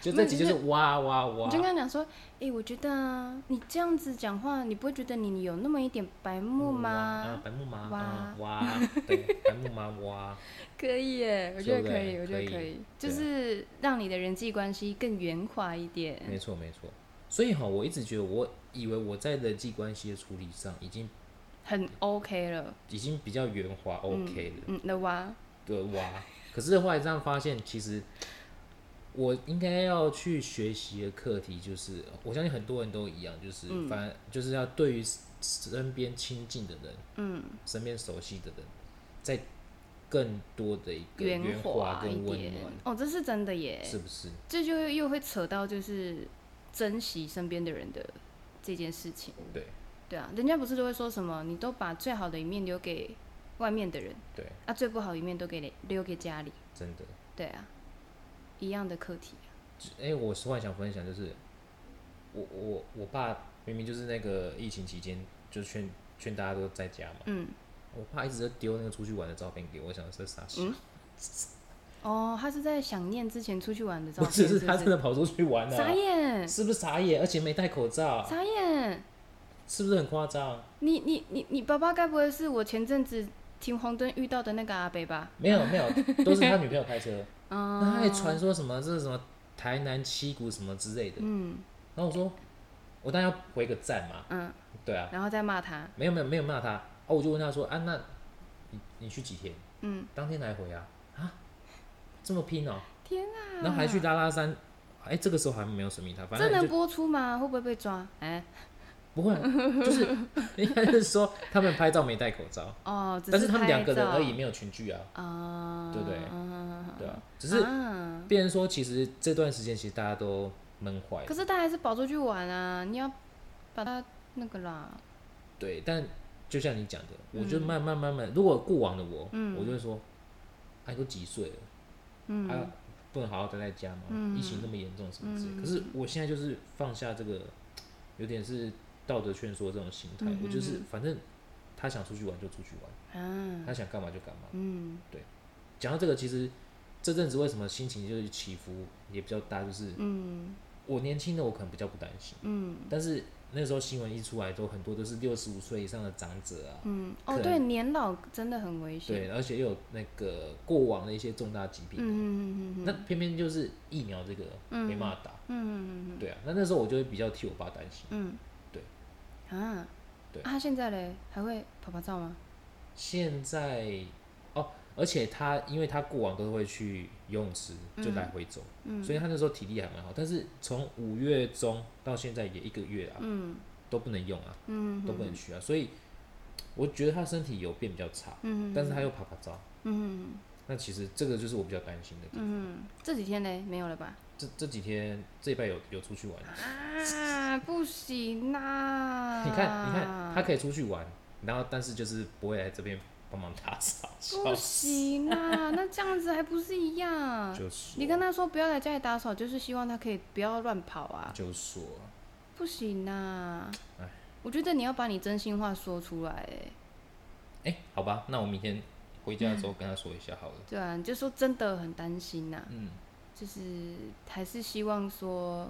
就这集就是哇哇哇
你就，跟他讲说，诶，我觉得啊，你这样子讲话，你不会觉得你有那么一点白目
哇啊
吗？
白木麻
哇
啊哇，对， [LAUGHS] 白木麻哇，
可以耶，我觉得
对不
可
对
以，我觉得
可以
可以，
对
就
啊
是让你的人际关系更圆滑一点。
没错没错。所以哈，我一直觉得，我以为我在人际关系的处理上已经
很 OK 了。
已经比较圆滑 OK 了，
嗯，那哇，
对哇。可是后来这样发现，其实我应该要去学习的课题就是，我相信很多人都一样，就是
嗯
反就是要对于身边亲近的人，
嗯，
身边熟悉的人，在更多的一个圆
滑
滑
一
跟温
点
暖，
哦，这是真的耶。
是不是？
这就又又会扯到就是珍惜身边的人的这件事情。
对
对啊，人家不是都会说什么，你都把最好的一面留给外面的人，
对，
啊，最不好的一面都给留给家里。
真的。
对啊，一样的课题啊、
哎、我是幻想分享，就是我我我爸明明就是那个疫情期间，就劝劝大家都在家嘛，
嗯，
我爸一直在丢那个出去玩的照片给我，我想是傻笑，
嗯哦，他是在想念之前出去玩的照
不
片，
是
是
是
不
他真的跑出去玩了、
傻眼，
是不是傻眼？而且没戴口罩，
傻眼。
是不是很夸张？
你你你你爸爸该不会是我前阵子停红灯遇到的那个阿伯吧？
没有
[LAUGHS]
没有，都是他女朋友开车，
嗯，
那他还传说什么这是什么台南七股什么之类的，
嗯
然后我说我当然要回个赞嘛，
嗯，
对啊，
然后再骂他，
没有没有没有骂他，哦、我就问他说啊，那你你去几天？
嗯，
当天来回啊啊，这么拼哦、
天啊！
然后还去拉拉山，哎、这个时候还没有神秘他，反
这
正
能
就
播出吗？会不会被抓？哎、
不会啊，就是 [LAUGHS] 应该是说他们拍照没戴口罩，
哦，只
但是他们两个人
拍照
而已，没有群聚啊，
啊，
对不对
嗯
对啊，只是
啊，
别人说其实这段时间其实大家都闷坏
可
了，
是他还是跑出去玩啊，你要把他那个啦，
对，但就像你讲的，我就慢慢慢慢，如果过往的我，我就会说，哎、都几岁了，嗯、啊，不能好好待在家吗？疫情那么严重什么之类的。可是我现在就是放下这个，有点是道德劝说这种心态，我就是反正他想出去玩就出去玩，
啊，
他想干嘛就干嘛。
嗯，
讲到这个，其实这阵子为什么心情就是起伏也比较大，就是嗯，我年轻的我可能比较不担心，嗯，但是那时候新闻一出来，都很多都是六十五岁以上的长者啊，
嗯，哦，
可
对，
能
年老真的很危险。
对，而且又有那个过往的一些重大疾病，
嗯嗯嗯嗯
那偏偏就是疫苗这个没办法打，
嗯嗯
对啊，那那时候我就会比较替我爸担心。
嗯，
对
嗯啊，
对
啊他现在嘞还会跑跑照吗？
现在哦，而且他因为他过往都会去游泳池
嗯
就来回走，所以他那时候体力还蛮好。但是从五月中到现在也一个月啊，
嗯
都不能用啊，
嗯
都不能去啊，所以我觉得他身体有变比较差，
嗯
但是他又爬爬照，
嗯
那其实这个就是我比较担心的地方。
嗯，这几天嘞没有了吧？
这这几天这礼拜有有出去玩，
啊，不行啦！
[LAUGHS] 你看你看他可以出去玩，然后但是就是不会来这边帮忙打扫，
不
[LAUGHS]
行啦，那这样子还不是一样？
就是
你跟他说不要来家里打扫，就是希望他可以不要乱跑啊。
就说
不行啊
唉！
我觉得你要把你真心话说出来、欸，
哎、好吧，那我明天回家的时候跟他说一下好了。
对啊，你就说真的很担心呐、
嗯，
就是还是希望说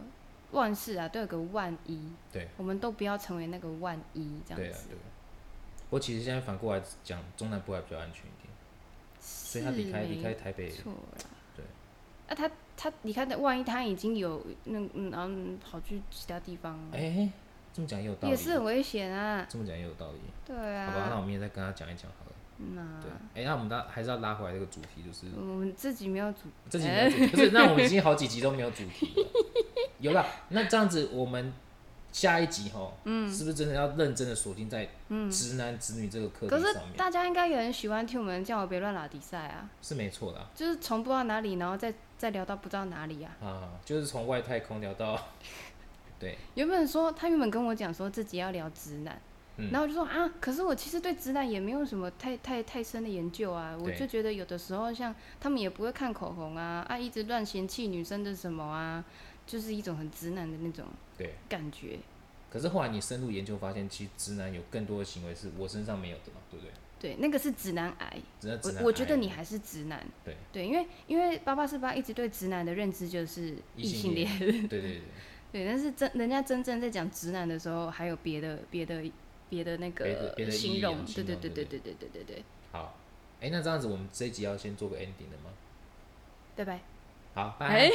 万事啊都有个万一，
对，
我们都不要成为那个万一这
对
样
啊
子。，
对啊。我其实现在反过来讲，中南部还比较安全一点，啊所
是
以他离开离开
没
台北，
错啦。
对。
啊，他他离开的，万一他已经有那嗯然后嗯跑去其他地方，
哎、这么讲也有道理，
也是很危险啊。
这么讲也有道理。
对
好吧，那我
啊，
明天再跟他讲一讲好了。
嗯啊
对，哎、那我们拉还是要拉回来这个主题，就是
我们自己没有主，
这几年
哎
不是，那我们已经好几集都没有主题了。有啦，那这样子我们下一集哈，嗯，是不是真的要认真的锁定在直男直女这个课
嗯可
题
是
上面？
大家应该有人喜欢听我们叫我别乱拉迪赛啊，
是没错的啊
就是从不知道哪里，然后再再聊到不知道哪里啊。
啊，就是从外太空聊
[LAUGHS]
到，对，
原本说他原本跟我讲说自己要聊直男，
嗯
然后我就说啊，可是我其实对直男也没有什么太太太深的研究啊，我
对
就觉得有的时候像他们也不会看口红啊，啊一直乱嫌弃女生的什么啊，就是一种很直男的那种
对。
感觉。
可是后来你深入研究发现，其实直男有更多的行为是我身上没有的嘛，对不对？
对，那个是直男癌，
只是直男
我我觉得
癌
你还是直男。
对
对，因为因为八八四八一直对直男的认知就是
异
异
性
性
恋
恋，
对对对，
对，但是真人家真正在讲直男的时候，还有别的别的别的那
别的别
个
的意义
形
啊
容，
形
对对
容
对
对
对对对对对对，
好，哎、那这样子我们这一集要先做个 ending 了吗？
拜拜。
好，拜。
哎